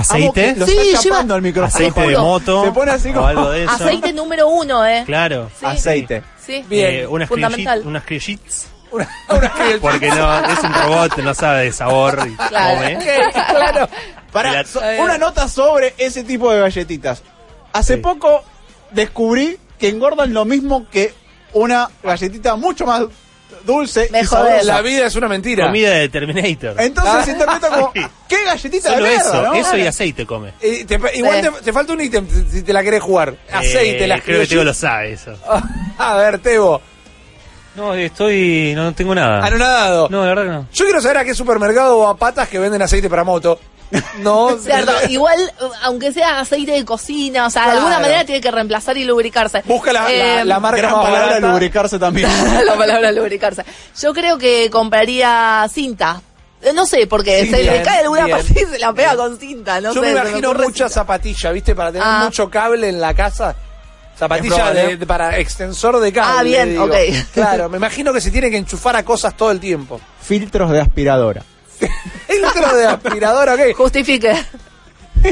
Speaker 5: aceite,
Speaker 3: Lo
Speaker 4: Sí,
Speaker 3: está
Speaker 4: lleva-
Speaker 3: chapando al micrófono.
Speaker 5: aceite de
Speaker 4: Juro.
Speaker 5: moto
Speaker 3: Se pone así como-
Speaker 5: o algo de eso.
Speaker 4: Aceite número uno, ¿eh?
Speaker 5: Claro.
Speaker 4: Sí.
Speaker 3: Aceite.
Speaker 4: Sí.
Speaker 2: Bien,
Speaker 5: Eh, unas
Speaker 4: fundamental.
Speaker 5: criollitas, unas criollitas,
Speaker 2: Una- una que el-
Speaker 5: porque no, es un robot, no sabe de sabor y
Speaker 4: Claro.
Speaker 5: come.
Speaker 2: Ok, claro.
Speaker 3: Pará,
Speaker 5: La-
Speaker 3: so- una nota sobre ese tipo de galletitas. Hace
Speaker 5: Sí.
Speaker 3: poco descubrí que engordan lo mismo que una galletita mucho más dulce y
Speaker 4: Me
Speaker 3: sabrosa.
Speaker 4: jodés.
Speaker 2: La vida es una mentira.
Speaker 5: Comida de Terminator.
Speaker 3: Entonces se interpreta como,
Speaker 5: Sí.
Speaker 3: ¿qué galletita
Speaker 5: Solo
Speaker 3: de mierda,
Speaker 5: eso,
Speaker 3: no?
Speaker 5: eso y aceite come.
Speaker 2: Eh, te- igual
Speaker 4: Sí.
Speaker 2: te, te falta un ítem si te la querés jugar. Aceite,
Speaker 5: Eh,
Speaker 2: las
Speaker 5: Creo que Teo lo
Speaker 2: criollitas.
Speaker 5: sabe eso.
Speaker 2: A ver, Tebo,
Speaker 6: No, estoy. No tengo nada.
Speaker 2: Ah, anonadado.
Speaker 6: Ah. No, de verdad que no.
Speaker 2: Yo quiero saber a qué supermercado va patas que venden aceite para moto. No,
Speaker 4: Cierto, igual, aunque sea aceite de cocina, o sea, de alguna
Speaker 2: Claro.
Speaker 4: manera tiene que reemplazar y lubricarse.
Speaker 2: busca la, la-
Speaker 4: Eh,
Speaker 2: la marca
Speaker 3: Gran
Speaker 2: más
Speaker 3: palabra
Speaker 2: barata.
Speaker 3: lubricarse también.
Speaker 4: la palabra lubricarse. Yo creo que compraría cinta. Eh, No sé, porque
Speaker 2: Sí,
Speaker 4: se
Speaker 2: bien,
Speaker 4: le cae alguna
Speaker 2: bien.
Speaker 4: parte y se la pega con cinta. No
Speaker 2: Yo
Speaker 4: sé,
Speaker 2: me
Speaker 4: se
Speaker 2: imagino
Speaker 4: ocurre
Speaker 2: mucha
Speaker 4: cinta.
Speaker 2: zapatilla, ¿viste? Para tener
Speaker 4: Ah.
Speaker 2: mucho cable en la casa.
Speaker 3: Es
Speaker 2: Zapatilla
Speaker 3: probable.
Speaker 2: de- de- para extensor de cable.
Speaker 4: Ah, bien,
Speaker 2: digo.
Speaker 4: ok.
Speaker 2: Claro, me imagino que se tiene que enchufar a cosas todo el tiempo.
Speaker 3: Filtros de aspiradora.
Speaker 2: Dentro de aspiradora, ok.
Speaker 4: Justifique.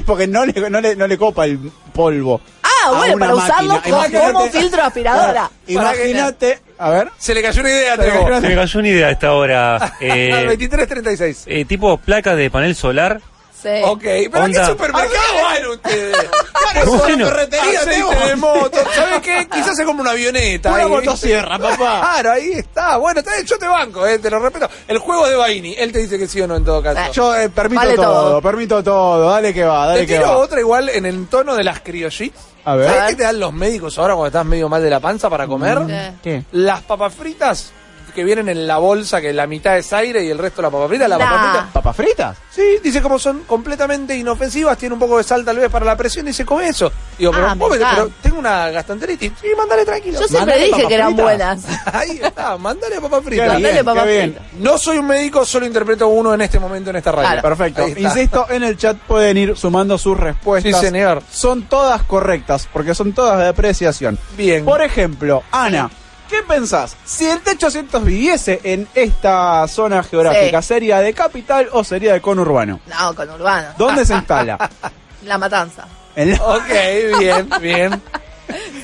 Speaker 3: Porque no le, no le, no le copa el polvo.
Speaker 4: Ah,
Speaker 3: a
Speaker 4: bueno,
Speaker 3: una
Speaker 4: para
Speaker 3: máquina.
Speaker 4: usarlo como-
Speaker 3: Imagínate-
Speaker 4: como filtro de aspiradora.
Speaker 3: Imagínate, a ver.
Speaker 2: Se le cayó una idea,
Speaker 3: Se le
Speaker 2: Tebo.
Speaker 3: cayó
Speaker 6: Se me cayó una idea a esta hora. Eh,
Speaker 2: 23.36.
Speaker 6: eh, tipo placas de panel solar
Speaker 4: Sí.
Speaker 2: Ok, pero ¿a qué
Speaker 6: Onda.
Speaker 2: supermercado van ustedes? Van a
Speaker 6: Bueno.
Speaker 2: una ferretería,
Speaker 3: Aceite
Speaker 2: tengo-
Speaker 3: de moto.
Speaker 2: ¿Sabes qué? Quizás se compra una avioneta.
Speaker 3: Una
Speaker 2: ahí, ¿viste?
Speaker 3: motosierra, papá.
Speaker 2: Claro, ahí está. Bueno, está, bien, yo te banco, eh, te lo respeto. El juego es de Baini, él te dice que sí o no en todo caso.
Speaker 4: Ah.
Speaker 3: Yo eh, permito
Speaker 4: Vale
Speaker 3: todo,
Speaker 4: todo.
Speaker 3: permito todo, dale que va,
Speaker 2: Te
Speaker 3: dale que
Speaker 2: tiro
Speaker 3: va.
Speaker 2: otra igual en el tono de las criollitas.
Speaker 3: A ver.
Speaker 2: ¿Sabes qué te dan los médicos ahora cuando estás medio mal de la panza para comer?
Speaker 3: Mm.
Speaker 4: Sí.
Speaker 3: ¿Qué?
Speaker 2: Las papas fritas que vienen en la bolsa, que la mitad es aire y el resto la papa frita, la
Speaker 4: Nah.
Speaker 2: papa frita.
Speaker 3: ¿Papas fritas?
Speaker 2: Sí, dice como son completamente inofensivas, tiene un poco de sal tal vez para la presión y se come eso. Digo, pero,
Speaker 4: Ah,
Speaker 2: vos vete,
Speaker 4: mirá.
Speaker 2: pero tengo una gastroenteritis. Sí, mandale tranquilo.
Speaker 4: Yo siempre
Speaker 3: Mandale
Speaker 4: dije
Speaker 3: papas
Speaker 4: que eran
Speaker 3: fritas.
Speaker 4: buenas.
Speaker 2: Ahí está, mandale papa
Speaker 3: Qué
Speaker 2: frita.
Speaker 4: dale
Speaker 3: bien,
Speaker 4: papas
Speaker 3: qué bien.
Speaker 4: fritas.
Speaker 2: No soy un médico, solo interpreto uno en este momento en esta radio.
Speaker 4: Claro.
Speaker 3: Perfecto.
Speaker 2: Ahí está.
Speaker 3: Insisto, en el chat pueden ir sumando sus respuestas.
Speaker 2: Sí, señor.
Speaker 3: Son todas correctas, porque son todas de apreciación.
Speaker 2: Bien.
Speaker 3: Por ejemplo, Ana, ¿qué pensás? Si el T-800 viviese en esta zona geográfica,
Speaker 4: Sí.
Speaker 3: ¿sería de capital o sería de conurbano?
Speaker 4: No, con Urbana.
Speaker 3: ¿Dónde se instala?
Speaker 4: La matanza.
Speaker 3: En la-
Speaker 2: Ok, bien, bien.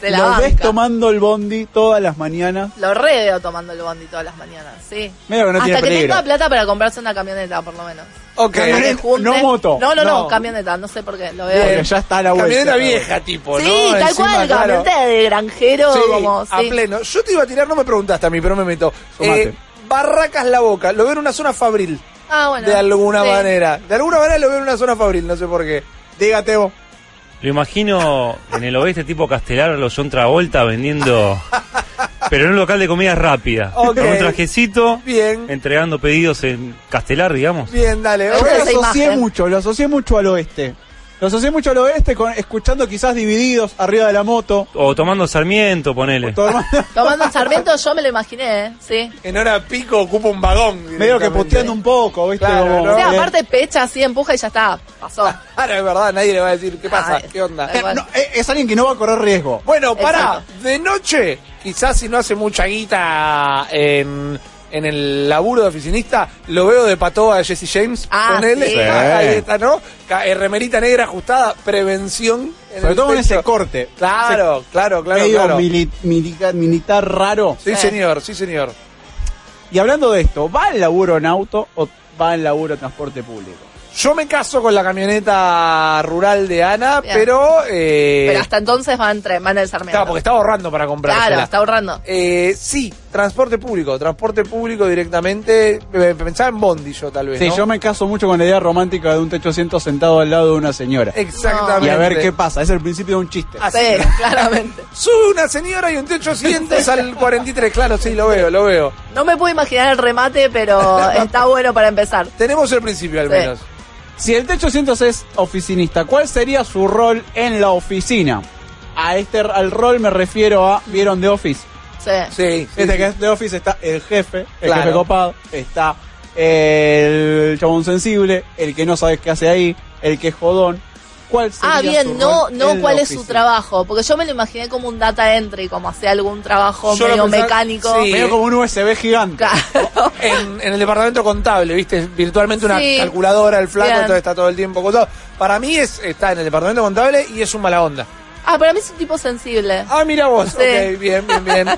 Speaker 4: Se la
Speaker 3: Lo ves
Speaker 4: banca.
Speaker 3: tomando el bondi todas las mañanas.
Speaker 4: Lo re veo tomando el bondi todas las mañanas, sí.
Speaker 3: Medio que no
Speaker 4: Hasta
Speaker 3: tiene
Speaker 4: que
Speaker 3: peligro.
Speaker 4: tenga plata para comprarse una camioneta, por lo menos.
Speaker 2: Ok.
Speaker 4: Cuando
Speaker 3: Camioneta,
Speaker 4: se junte-
Speaker 3: no moto.
Speaker 4: No, no, no,
Speaker 2: No.
Speaker 4: camioneta, no sé por qué, lo veo.
Speaker 3: Porque ya está a la vuelta.
Speaker 2: Camioneta vieja, tipo,
Speaker 4: sí,
Speaker 2: ¿no?
Speaker 4: tal
Speaker 2: Encima,
Speaker 4: cual,
Speaker 2: claro.
Speaker 4: camioneta de granjero,
Speaker 2: Sí,
Speaker 4: como,
Speaker 2: a
Speaker 4: sí.
Speaker 2: pleno. Yo te iba a tirar, no me preguntaste a mí, pero me meto.
Speaker 3: Sumate.
Speaker 2: Eh, Barracas la boca, lo veo en una zona fabril,
Speaker 4: Ah, bueno.
Speaker 2: de alguna
Speaker 4: sí.
Speaker 2: manera. De alguna manera lo veo en una zona fabril, no sé por qué.
Speaker 3: Dígate vos.
Speaker 6: Lo imagino en el oeste tipo Castelar, los John Travolta vendiendo, pero en un local de comida rápida.
Speaker 2: Ok.
Speaker 6: Con un trajecito,
Speaker 2: Bien.
Speaker 6: entregando pedidos en Castelar, digamos.
Speaker 2: Bien, dale.
Speaker 4: Me
Speaker 3: Yo
Speaker 4: gusta
Speaker 3: lo
Speaker 2: vamos.
Speaker 4: esa
Speaker 3: asocié
Speaker 4: imagen.
Speaker 3: mucho, lo asocié mucho al oeste. Lo asocié mucho al oeste, con, escuchando quizás divididos arriba de la moto.
Speaker 6: O tomando Sarmiento, ponele.
Speaker 3: Todo el-
Speaker 4: Tomando Sarmiento yo me lo imaginé, ¿eh? sí.
Speaker 2: En hora pico ocupa un vagón.
Speaker 3: medio que
Speaker 2: directamente.
Speaker 3: puteando un poco, ¿viste?
Speaker 2: Claro,
Speaker 3: Como-
Speaker 2: ¿no?
Speaker 4: O sea,
Speaker 2: bien.
Speaker 4: aparte pecha así, empuja y ya está, pasó.
Speaker 2: Claro, es verdad, nadie le va a decir qué pasa,
Speaker 4: Ay,
Speaker 2: qué onda.
Speaker 4: tal cual.
Speaker 3: No, es, es alguien que no va a correr riesgo.
Speaker 2: Bueno, pará,
Speaker 4: eh, Exacto.
Speaker 2: de noche, quizás si no hace mucha guita en, en el laburo de oficinista, lo veo de patoa de Jesse James.
Speaker 4: Ah,
Speaker 2: con él,
Speaker 4: sí.
Speaker 2: ahí está, ¿no? Ca- eh, Remerita negra ajustada, prevención. En
Speaker 3: Sobre
Speaker 2: el
Speaker 3: todo con
Speaker 2: pecho.
Speaker 3: ese corte.
Speaker 2: Claro, claro, claro,
Speaker 3: medio
Speaker 2: claro.
Speaker 3: mili- milica- militar raro.
Speaker 2: Sí,
Speaker 4: Sí.
Speaker 2: señor, sí, señor.
Speaker 3: Y hablando de esto, ¿va el laburo en auto o va el laburo en transporte público?
Speaker 2: Yo me caso con la camioneta rural de Ana,
Speaker 4: Bien.
Speaker 2: pero... eh,
Speaker 4: Pero hasta entonces va en tren, va en el Sarmiento.
Speaker 2: claro, porque está ahorrando para comprársela.
Speaker 4: Claro, está ahorrando.
Speaker 2: Eh, sí, transporte público, transporte público directamente. eh, Pensaba en Bondi yo tal vez.
Speaker 3: Sí,
Speaker 2: ¿no?
Speaker 3: yo me caso mucho con la idea romántica de un techo sentado al lado de una señora.
Speaker 2: Exactamente.
Speaker 3: Y a ver qué pasa, es el principio de un chiste.
Speaker 2: Ah,
Speaker 4: Sí, claramente.
Speaker 2: Sube una señora y un techo sientes al 43, claro, sí, lo veo, lo veo.
Speaker 4: No me puedo imaginar el remate, pero está bueno para empezar.
Speaker 2: Tenemos el principio al
Speaker 4: Sí.
Speaker 2: menos.
Speaker 3: Si el techo 100 es oficinista, ¿cuál sería su rol en la oficina? A este al rol me refiero a vieron The Office.
Speaker 4: Sí.
Speaker 2: Sí, sí,
Speaker 3: este
Speaker 2: sí.
Speaker 3: que es The Office está el jefe, el
Speaker 2: Claro.
Speaker 3: jefe copado, está el chabón sensible, el que no sabes qué hace ahí, el que es jodón. ¿Cuál sería
Speaker 4: Ah,
Speaker 3: su
Speaker 4: bien, no,
Speaker 3: rol
Speaker 4: no
Speaker 3: en
Speaker 4: cuál
Speaker 3: la
Speaker 4: es su
Speaker 3: oficina?
Speaker 4: trabajo, porque yo me lo imaginé como un data entry, como hacía algún trabajo
Speaker 2: Yo lo
Speaker 4: medio
Speaker 2: pensaba-
Speaker 4: mecánico.
Speaker 2: sí.
Speaker 3: Medio como un USB gigante.
Speaker 4: Claro.
Speaker 2: En, en el departamento contable, viste, virtualmente una
Speaker 4: Sí.
Speaker 2: calculadora, el flaco,
Speaker 4: Bien.
Speaker 2: entonces está todo el tiempo contado. Para mí es, está en el departamento contable y es un mala onda.
Speaker 4: Ah, para mí es un tipo sensible.
Speaker 2: Ah, mira vos.
Speaker 4: Sí.
Speaker 2: Ok, bien, bien, bien.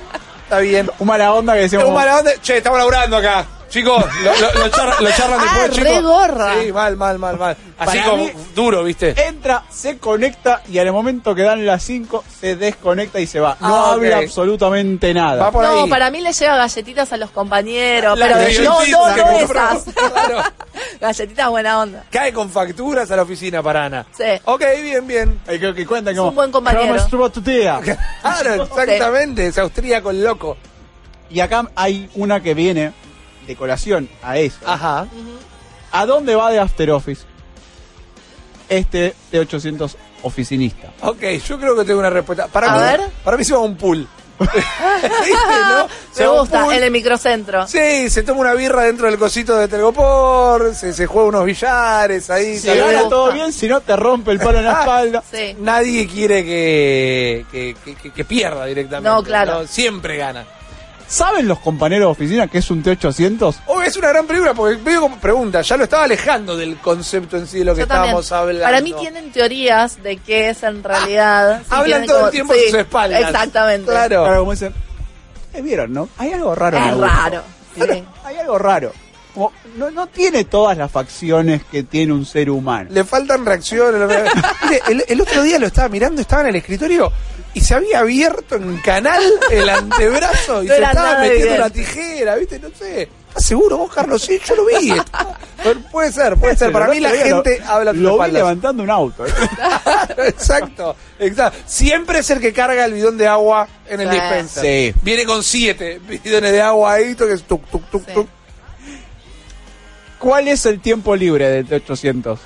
Speaker 2: Está bien.
Speaker 3: Un mala onda que decíamos.
Speaker 2: Un mala onda. Che, estamos laburando acá. Chicos, lo, lo- lo charla- lo charlan
Speaker 4: Ah,
Speaker 2: después, chicos.
Speaker 4: re gorra. Eh,
Speaker 2: Sí, mal, mal, mal, mal. Así
Speaker 3: Para
Speaker 2: como
Speaker 3: mí-
Speaker 2: duro, viste.
Speaker 3: Entra, se conecta y al momento que dan las 5 se desconecta y se va. No
Speaker 2: Ah, ok.
Speaker 3: habla absolutamente nada.
Speaker 2: Va por
Speaker 4: no,
Speaker 2: ahí.
Speaker 4: para mí le lleva galletitas a los compañeros,
Speaker 2: La
Speaker 4: pero no,
Speaker 2: galletita
Speaker 4: no,
Speaker 2: que
Speaker 4: no
Speaker 2: compró.
Speaker 4: esas.
Speaker 2: Claro.
Speaker 4: galletitas buena onda.
Speaker 2: Cae con facturas a la oficina para Ana.
Speaker 4: Sí.
Speaker 2: Ok, bien, bien.
Speaker 3: El que, que cuenta
Speaker 4: Es
Speaker 3: como,
Speaker 4: un buen compañero.
Speaker 3: "¿Cómo estuvo tu tía?".
Speaker 2: Claro, exactamente. Es austríaco el loco.
Speaker 3: Y acá hay una que viene de colación a eso.
Speaker 2: Ajá.
Speaker 3: ¿A dónde va de After Office? Este T800 oficinista.
Speaker 2: Ok, yo creo que tengo una respuesta. Para
Speaker 4: A
Speaker 2: mí,
Speaker 4: ver.
Speaker 2: Para mí se va a un pool. ¿Viste, no?
Speaker 4: Me
Speaker 2: va a un
Speaker 4: gusta,
Speaker 2: pool.
Speaker 4: en el microcentro.
Speaker 2: Ah, Sí, se toma una birra dentro del cosito de Telgopor, se, se juega unos billares ahí.
Speaker 3: Si
Speaker 2: tal
Speaker 4: gana
Speaker 2: vez.
Speaker 3: ahora todo bien, si no te rompe el palo en la espalda.
Speaker 4: Sí.
Speaker 2: Nadie quiere que, que, que- que- que pierda directamente.
Speaker 4: No, claro.
Speaker 2: Siempre gana.
Speaker 3: ¿Saben los compañeros de oficina que es un T800?
Speaker 2: Oh, es una gran película porque veo como pregunta, ya lo estaba alejando del concepto en sí de lo que
Speaker 4: Yo también.
Speaker 2: estábamos hablando. Ah,
Speaker 4: Para mí tienen teorías de qué es en realidad. Sí,
Speaker 2: Hablan
Speaker 4: tienen
Speaker 2: todo
Speaker 4: como-
Speaker 2: el tiempo
Speaker 4: sí,
Speaker 2: a sus espaldas.
Speaker 4: Exactamente.
Speaker 2: Claro.
Speaker 3: Claro, como dicen, "Eh, vieron, ¿no? Hay algo raro. en
Speaker 4: Es
Speaker 3: Augusto".
Speaker 4: raro. sí.
Speaker 3: Hay algo raro. como- no, no tiene todas las facciones que tiene un ser humano.
Speaker 2: Le faltan reacciones. le- Mire, el, el otro día lo estaba mirando, estaba en el escritorio y se había abierto en canal el antebrazo y
Speaker 4: No
Speaker 2: se
Speaker 4: era
Speaker 2: estaba
Speaker 4: nada
Speaker 2: metiendo
Speaker 4: evidente.
Speaker 2: una tijera, ¿viste? No sé. ¿Estás seguro vos, Carlos? Sí, yo lo vi. Pero puede ser, puede ser. Para mí la
Speaker 3: Pero el otro día
Speaker 2: gente
Speaker 3: lo-
Speaker 2: habla a tus
Speaker 3: Lo vi
Speaker 2: espaldas.
Speaker 3: levantando un auto. ¿eh?
Speaker 2: exacto, exacto. Siempre es el que carga el bidón de agua en el
Speaker 4: Sí.
Speaker 2: dispenser.
Speaker 3: Sí.
Speaker 2: Viene con siete bidones de agua ahí, que es tuk, tuk, tuk,
Speaker 4: Sí.
Speaker 2: tuk.
Speaker 3: ¿Cuál es el tiempo libre del T800?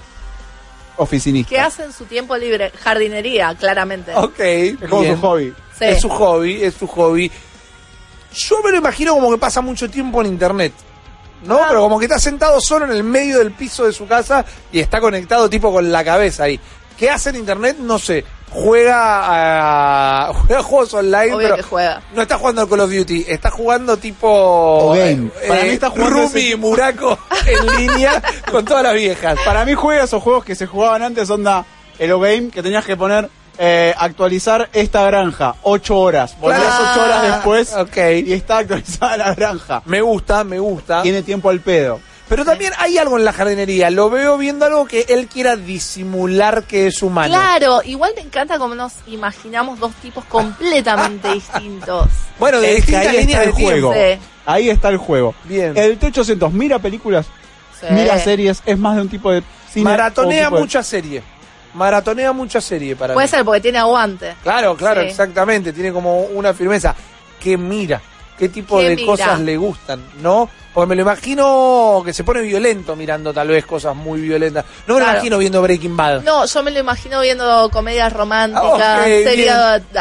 Speaker 3: Oficinista.
Speaker 4: ¿Qué hace en su tiempo libre? Jardinería, claramente.
Speaker 2: Ok.
Speaker 3: Es como
Speaker 2: bien.
Speaker 3: su hobby.
Speaker 2: Oh,
Speaker 4: Sí.
Speaker 2: Es su hobby, es su hobby. Yo me lo imagino como que pasa mucho tiempo en internet.
Speaker 4: Ah.
Speaker 2: ¿No? Pero como que está sentado solo en el medio del piso de su casa y está conectado tipo con la cabeza ahí. ¿Qué hace en internet? No sé. Juega a... juega juegos online,
Speaker 4: Obvio
Speaker 2: pero
Speaker 4: que juega.
Speaker 2: no está jugando al Call of Duty, está jugando tipo eh,
Speaker 3: O game. Para mí está jugando
Speaker 2: Rumi
Speaker 3: ese-
Speaker 2: y Muraco en línea con todas las viejas.
Speaker 3: Para mí juega esos juegos que se jugaban antes, onda el O-Game, que tenías que poner eh, actualizar esta granja, 8 horas. Volvías
Speaker 2: Claro.
Speaker 3: 8 horas después
Speaker 2: Ah, Ok.
Speaker 3: y está actualizada la granja.
Speaker 2: Me gusta, me gusta.
Speaker 3: Tiene tiempo al pedo.
Speaker 2: Pero también hay algo en la jardinería. Lo veo viendo algo que él quiera disimular que es humano.
Speaker 4: Claro, igual me encanta como nos imaginamos dos tipos completamente distintos.
Speaker 2: Bueno, de
Speaker 3: Es que
Speaker 2: distintas
Speaker 3: ahí
Speaker 2: líneas
Speaker 3: está
Speaker 2: de
Speaker 3: el
Speaker 2: tiempo.
Speaker 3: juego.
Speaker 4: Sí,
Speaker 3: Ahí está el juego.
Speaker 2: Bien.
Speaker 3: El T800 mira películas,
Speaker 4: sí.
Speaker 3: mira series, es más de un tipo de cine. o
Speaker 2: Maratonea
Speaker 3: tipo de-
Speaker 2: mucha serie. Maratonea mucha serie para
Speaker 4: Puede
Speaker 2: mí.
Speaker 4: ser porque tiene aguante.
Speaker 2: Claro, claro,
Speaker 4: Sí.
Speaker 2: exactamente. Tiene como una firmeza. Que mira. ¿Qué tipo
Speaker 4: ¿Qué
Speaker 2: de
Speaker 4: mira?
Speaker 2: cosas le gustan? ¿No? Porque me lo imagino que se pone violento mirando tal vez cosas muy violentas. No me lo
Speaker 4: Claro.
Speaker 2: imagino viendo Breaking Bad.
Speaker 4: No, yo me lo imagino viendo comedias románticas,
Speaker 2: Ok,
Speaker 4: series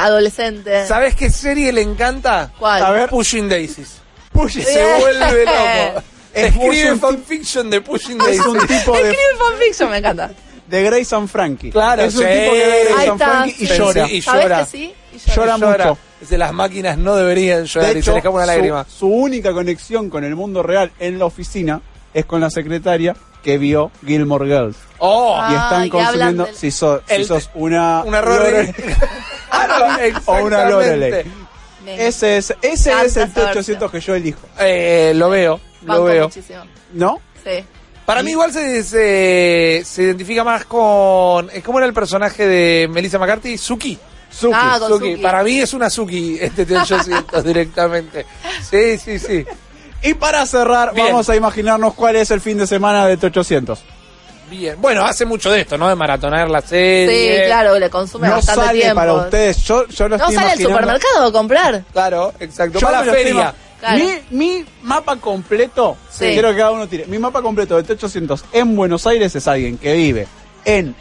Speaker 4: adolescentes.
Speaker 2: ¿Sabes qué serie le encanta?
Speaker 4: ¿Cuál?
Speaker 3: A ver.
Speaker 2: Pushing Daisies.
Speaker 3: Puye,
Speaker 2: Se
Speaker 4: Bien.
Speaker 2: vuelve loco.
Speaker 3: Es
Speaker 2: Escribe
Speaker 3: un
Speaker 2: fanfiction de Pushing
Speaker 3: Es un
Speaker 2: Daisies.
Speaker 3: tipo de,
Speaker 4: Escribe fanfiction, me encanta.
Speaker 3: de Grace and Frankie.
Speaker 2: Claro,
Speaker 3: es un
Speaker 2: sí.
Speaker 3: tipo que ve Grace
Speaker 4: Ahí
Speaker 3: and
Speaker 4: está,
Speaker 3: Frankie y
Speaker 4: sí.
Speaker 3: llora.
Speaker 2: Y
Speaker 4: ¿Sabes
Speaker 2: llora.
Speaker 4: que sí? Y llora.
Speaker 3: Llora mucho.
Speaker 2: Es de las máquinas no deberían llorar
Speaker 3: De
Speaker 2: y se
Speaker 3: hecho,
Speaker 2: les escapa una
Speaker 3: su-
Speaker 2: lágrima.
Speaker 3: Su, única conexión con el mundo real en la oficina es con la secretaria que vio Gilmore Girls.
Speaker 2: ¡Oh!
Speaker 4: Ah,
Speaker 3: y están
Speaker 4: y
Speaker 3: consumiendo,
Speaker 4: hablan del-
Speaker 3: si, so- si
Speaker 2: El-
Speaker 3: sos una,
Speaker 2: Ah, una Ah, Rory.
Speaker 3: Lorelei
Speaker 2: o
Speaker 3: o una Lorelei.
Speaker 4: Me
Speaker 3: Ese es, ese es el
Speaker 4: encanta saberlo.
Speaker 3: T800 que yo elijo.
Speaker 2: Eh, lo veo, lo
Speaker 4: banco
Speaker 2: veo.
Speaker 4: muchísimo.
Speaker 3: ¿No?
Speaker 4: Sí.
Speaker 2: Para mí igual se, se, se identifica más con... eh, ¿Cómo era el personaje de Melissa McCarthy? Suki. Suki.
Speaker 4: Ah, con Suki.
Speaker 2: Para mí es una Suki este Tencho directamente. Sí, sí, sí.
Speaker 3: Y para cerrar,
Speaker 2: Bien.
Speaker 3: vamos a imaginarnos cuál es el fin de semana de T800.
Speaker 2: Bien. Bueno, hace mucho de esto, ¿no? De maratonar la
Speaker 4: Sí,
Speaker 2: serie.
Speaker 4: claro, le consume
Speaker 3: Eh, No
Speaker 4: bastante
Speaker 3: sale
Speaker 4: tiempo.
Speaker 3: para ustedes. Yo, yo lo
Speaker 4: no
Speaker 3: estoy
Speaker 4: sale al
Speaker 3: imaginando.
Speaker 4: supermercado a comprar.
Speaker 2: Claro, exacto.
Speaker 3: Yo
Speaker 2: Para
Speaker 3: me
Speaker 2: la
Speaker 3: lo estoy
Speaker 2: feria.
Speaker 3: ima-
Speaker 4: Claro.
Speaker 3: Mi, mi mapa completo,
Speaker 4: Sí.
Speaker 3: quiero que cada uno tire. Mi mapa completo de T800 en Buenos Aires es alguien que vive en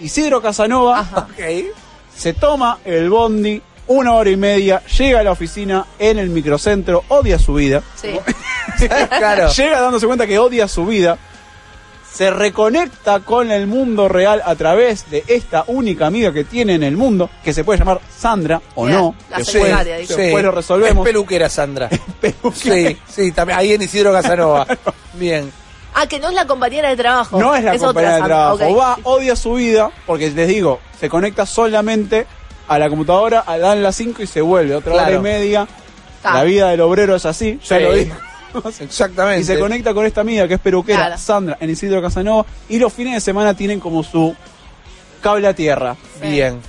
Speaker 3: Isidro Casanova,
Speaker 4: Ajá.
Speaker 2: Ok.
Speaker 3: se toma el bondi una hora y media, llega a la oficina en el microcentro, odia su vida,
Speaker 4: Sí.
Speaker 2: claro.
Speaker 3: llega dándose cuenta que odia su vida, se reconecta con el mundo real a través de esta única amiga que tiene en el mundo, que se puede llamar Sandra o
Speaker 4: Bien,
Speaker 3: no,
Speaker 4: la
Speaker 3: después-
Speaker 4: secretaria, dice.
Speaker 3: después lo resolvemos.
Speaker 2: Es peluquera, Sandra.
Speaker 3: pero que
Speaker 2: Sí, sí, también. Ahí en Isidro Casanova. Bien.
Speaker 4: Ah, que no es la compañera de trabajo.
Speaker 3: No es la compañera de
Speaker 4: otra,
Speaker 3: trabajo.
Speaker 4: Sandra. Ok.
Speaker 3: Va, odia su vida, porque les digo, se conecta solamente a la computadora, a- dan las 5 y se vuelve. Otra hora
Speaker 2: Claro.
Speaker 3: y media.
Speaker 4: Está.
Speaker 3: La vida del obrero es así, ya
Speaker 2: Sí.
Speaker 3: lo digo.
Speaker 2: Exactamente.
Speaker 3: Y se conecta con esta amiga que es peruquera,
Speaker 4: Claro.
Speaker 3: Sandra, en Isidro Casanova. Y los fines de semana tienen como su cable a tierra.
Speaker 2: Bien.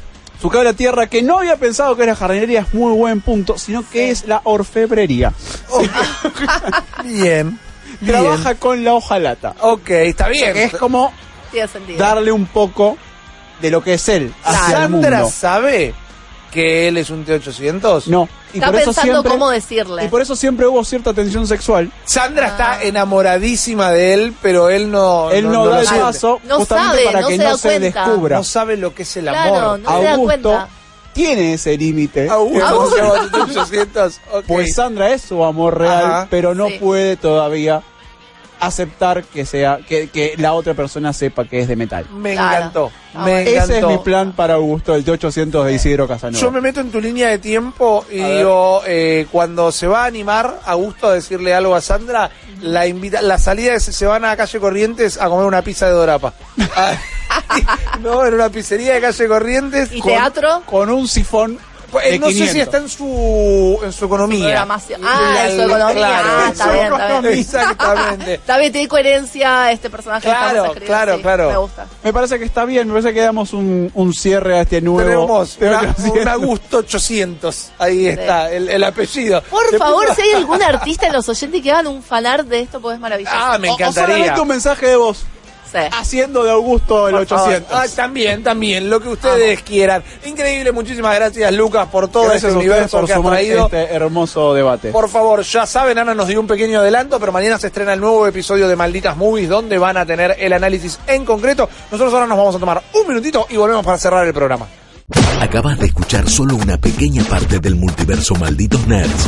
Speaker 3: Su cable a tierra que no había pensado que era jardinería, es muy buen punto, sino que
Speaker 4: Sí.
Speaker 3: es la orfebrería.
Speaker 2: Bien.
Speaker 3: Trabaja con la hojalata.
Speaker 2: Ok, está bien.
Speaker 3: Que es como
Speaker 4: Tiene sentido.
Speaker 3: darle un poco de lo que es él hacia el
Speaker 2: ¿Sandra
Speaker 3: mundo.
Speaker 2: sabe que él es un T800?
Speaker 3: No. Y
Speaker 4: Está
Speaker 3: por eso
Speaker 4: pensando
Speaker 3: siempre,
Speaker 4: cómo decirle.
Speaker 3: Y por eso siempre hubo cierta tensión sexual.
Speaker 2: Sandra
Speaker 4: Ah.
Speaker 2: está enamoradísima de él, pero él Oh, no.
Speaker 3: Él no, Ah,
Speaker 2: lo
Speaker 3: da el
Speaker 2: siente.
Speaker 3: paso
Speaker 4: No
Speaker 3: justamente
Speaker 4: sabe,
Speaker 3: para
Speaker 4: no
Speaker 3: que
Speaker 4: se
Speaker 3: no
Speaker 4: da
Speaker 3: se
Speaker 4: cuenta.
Speaker 3: descubra.
Speaker 2: No sabe lo que es el
Speaker 4: Claro,
Speaker 2: amor.
Speaker 4: no se da
Speaker 3: Augusto
Speaker 4: cuenta.
Speaker 3: tiene ese límite.
Speaker 2: Augusto, ¿cómo
Speaker 4: Augusto.
Speaker 2: se llama tu T800? Ok.
Speaker 3: ¿Eh? Pues Sandra es su amor real,
Speaker 2: Ajá.
Speaker 3: pero no
Speaker 4: Sí.
Speaker 3: puede todavía aceptar que sea que, que la otra persona sepa que es de metal.
Speaker 2: me
Speaker 4: Claro.
Speaker 2: encantó.
Speaker 4: Ah,
Speaker 2: me
Speaker 4: bueno.
Speaker 2: encantó.
Speaker 3: Ese es mi plan para Augusto, el T800 de Isidro Casanova.
Speaker 2: Yo me meto en tu línea de tiempo y
Speaker 3: A ver.
Speaker 2: digo, eh, cuando se va a animar a gusto a decirle algo a Sandra, la invita, la salida es, se van a calle Corrientes a comer una pizza de dorapa. Ah, no, en una pizzería de calle Corrientes.
Speaker 4: ¿Y
Speaker 2: con-
Speaker 4: teatro?
Speaker 3: Con un sifón
Speaker 2: Pues, eh,
Speaker 3: De
Speaker 2: no sé si
Speaker 3: 500.
Speaker 2: está en su, en su economía.
Speaker 4: Programación. Ah, en su
Speaker 2: La-
Speaker 4: economía.
Speaker 2: claro,
Speaker 4: Ah,
Speaker 2: en
Speaker 4: está
Speaker 2: su
Speaker 4: bien, está bien.
Speaker 2: economía, Exactamente.
Speaker 4: Está bien, tiene coherencia este personaje. que
Speaker 2: Claro,
Speaker 4: estamos escribiendo,
Speaker 2: claro,
Speaker 4: sí,
Speaker 2: claro.
Speaker 4: Me gusta.
Speaker 3: Me parece que está bien, me parece que damos un, un cierre a este nuevo.
Speaker 2: Tenemos
Speaker 3: Creo
Speaker 2: una-
Speaker 3: que sí.
Speaker 2: un Augusto 800. Ahí está, el, el apellido.
Speaker 4: Por
Speaker 2: Después-
Speaker 4: favor, si hay algún artista en los oyentes que hagan un fanart de esto, pues es maravilloso.
Speaker 2: Ah, me
Speaker 3: O- O,
Speaker 2: encantaría.
Speaker 3: solamente un mensaje de voz
Speaker 4: Sí.
Speaker 3: haciendo de Augusto el
Speaker 2: Por favor.
Speaker 3: 800.
Speaker 2: Ah, también, también, lo que ustedes quieran. Increíble, muchísimas gracias Lucas por todo
Speaker 3: Gracias
Speaker 2: ese
Speaker 3: a ustedes
Speaker 2: universo
Speaker 3: por
Speaker 2: que has
Speaker 3: sumar
Speaker 2: traído.
Speaker 3: este hermoso debate.
Speaker 2: Por favor, ya saben, Ana nos dio un pequeño adelanto, pero mañana se estrena el nuevo episodio de Malditas Movies, donde van a tener el análisis en concreto. Nosotros ahora nos vamos a tomar un minutito y volvemos para cerrar el programa.
Speaker 1: Acabas de escuchar solo una pequeña parte del multiverso Malditos Nerds.